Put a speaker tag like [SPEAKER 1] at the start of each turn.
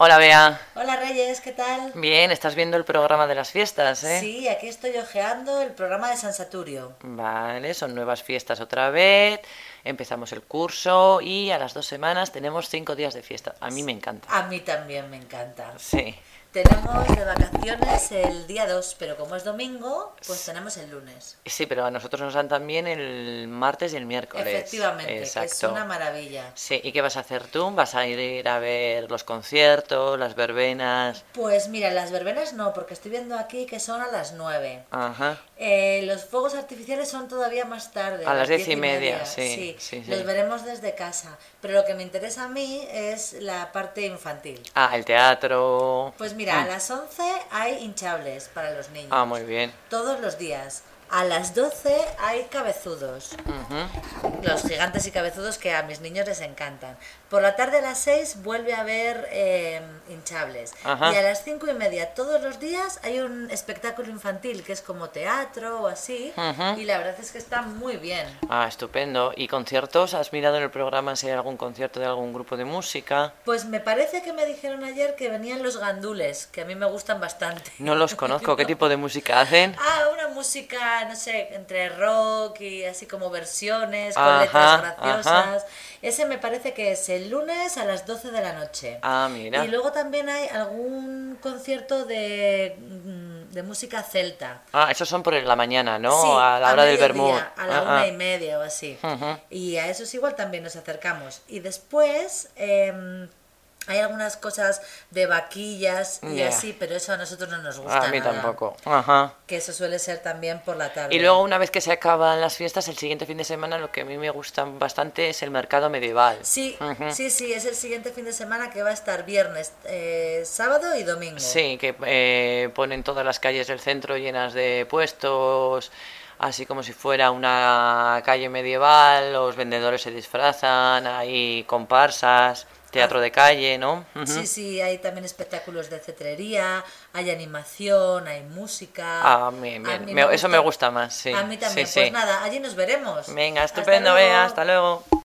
[SPEAKER 1] Hola Bea.
[SPEAKER 2] Hola Reyes, ¿qué tal?
[SPEAKER 1] Bien, estás viendo el programa de las fiestas, ¿eh?
[SPEAKER 2] Sí, aquí estoy ojeando el programa de San Saturio.
[SPEAKER 1] Vale, son nuevas fiestas otra vez. Empezamos el curso y a las dos semanas tenemos cinco días de fiesta. A mí me encanta.
[SPEAKER 2] A mí también me encanta.
[SPEAKER 1] Sí.
[SPEAKER 2] Tenemos de vacaciones el día 2, pero como es domingo, pues tenemos el lunes.
[SPEAKER 1] Sí, pero a nosotros nos dan también el martes y el miércoles.
[SPEAKER 2] Efectivamente, que es una maravilla.
[SPEAKER 1] Sí, ¿y qué vas a hacer tú? ¿Vas a ir a ver los conciertos, las verbenas?
[SPEAKER 2] Pues mira, las verbenas no, porque estoy viendo aquí que son a las 9.
[SPEAKER 1] Ajá.
[SPEAKER 2] Eh, los fuegos artificiales son todavía más tarde.
[SPEAKER 1] A las diez y media, sí, sí, sí.
[SPEAKER 2] Los veremos desde casa. Pero lo que me interesa a mí es la parte infantil.
[SPEAKER 1] Ah, el teatro.
[SPEAKER 2] Pues mira, a las 11 hay hinchables para los niños.
[SPEAKER 1] Ah, muy bien.
[SPEAKER 2] Todos los días. A las 12 hay cabezudos.
[SPEAKER 1] Ujú.
[SPEAKER 2] Los gigantes y cabezudos que a mis niños les encantan. Por la tarde a las 6 vuelve a haber eh, hinchables.
[SPEAKER 1] Ajá.
[SPEAKER 2] Y a las 5 y media todos los días hay un espectáculo infantil que es como teatro o así.
[SPEAKER 1] Ujú.
[SPEAKER 2] Y la verdad es que está muy bien.
[SPEAKER 1] Ah, estupendo. ¿Y conciertos? ¿Has mirado en el programa si hay algún concierto de algún grupo de música?
[SPEAKER 2] Pues me parece que me dijeron ayer que venían los gandules, que a mí me gustan bastante.
[SPEAKER 1] No los conozco. ¿Qué tipo de música hacen?
[SPEAKER 2] Ah, una música, no sé, entre rock y así como versiones,
[SPEAKER 1] Ajá,
[SPEAKER 2] con letras graciosas.
[SPEAKER 1] ajá.
[SPEAKER 2] Ese me parece que es el lunes a las 12 de la noche.
[SPEAKER 1] Ah, mira.
[SPEAKER 2] Y luego también hay algún concierto de, mm, de música celta.
[SPEAKER 1] Ah, esos son por la mañana, ¿no?
[SPEAKER 2] Sí,
[SPEAKER 1] a la hora del
[SPEAKER 2] mediodía,
[SPEAKER 1] vermut.
[SPEAKER 2] A la
[SPEAKER 1] Ah,
[SPEAKER 2] una
[SPEAKER 1] ah.
[SPEAKER 2] y media o así.
[SPEAKER 1] Ujú.
[SPEAKER 2] Y a esos igual también nos acercamos. Y después em, hay algunas cosas de vaquillas y
[SPEAKER 1] Ya.
[SPEAKER 2] así, pero eso a nosotros no nos gusta.
[SPEAKER 1] Ah, A mí
[SPEAKER 2] nada.
[SPEAKER 1] tampoco. Ajá.
[SPEAKER 2] Que eso suele ser también por la tarde.
[SPEAKER 1] Y luego una vez que se acaban las fiestas, el siguiente fin de semana lo que a mí me gusta bastante es el mercado medieval.
[SPEAKER 2] Sí,
[SPEAKER 1] Ujú.
[SPEAKER 2] sí, sí, es el siguiente fin de semana que va a estar viernes, eh, sábado y domingo.
[SPEAKER 1] Sí, que eh, ponen todas las calles del centro llenas de puestos, así como si fuera una calle medieval, los vendedores se disfrazan, hay comparsas, teatro de calle, ¿no? Ujú.
[SPEAKER 2] Ah. Sí, sí, hay también espectáculos de cetrería, hay animación, hay música.
[SPEAKER 1] Ah, me- me-
[SPEAKER 2] A mí
[SPEAKER 1] me- eso me gusta más, sí.
[SPEAKER 2] A mí
[SPEAKER 1] Sí,
[SPEAKER 2] también.
[SPEAKER 1] sí.
[SPEAKER 2] Pues nada, allí nos veremos.
[SPEAKER 1] Venga,
[SPEAKER 2] Hasta
[SPEAKER 1] estupendo, Bea,
[SPEAKER 2] luego.
[SPEAKER 1] hasta luego.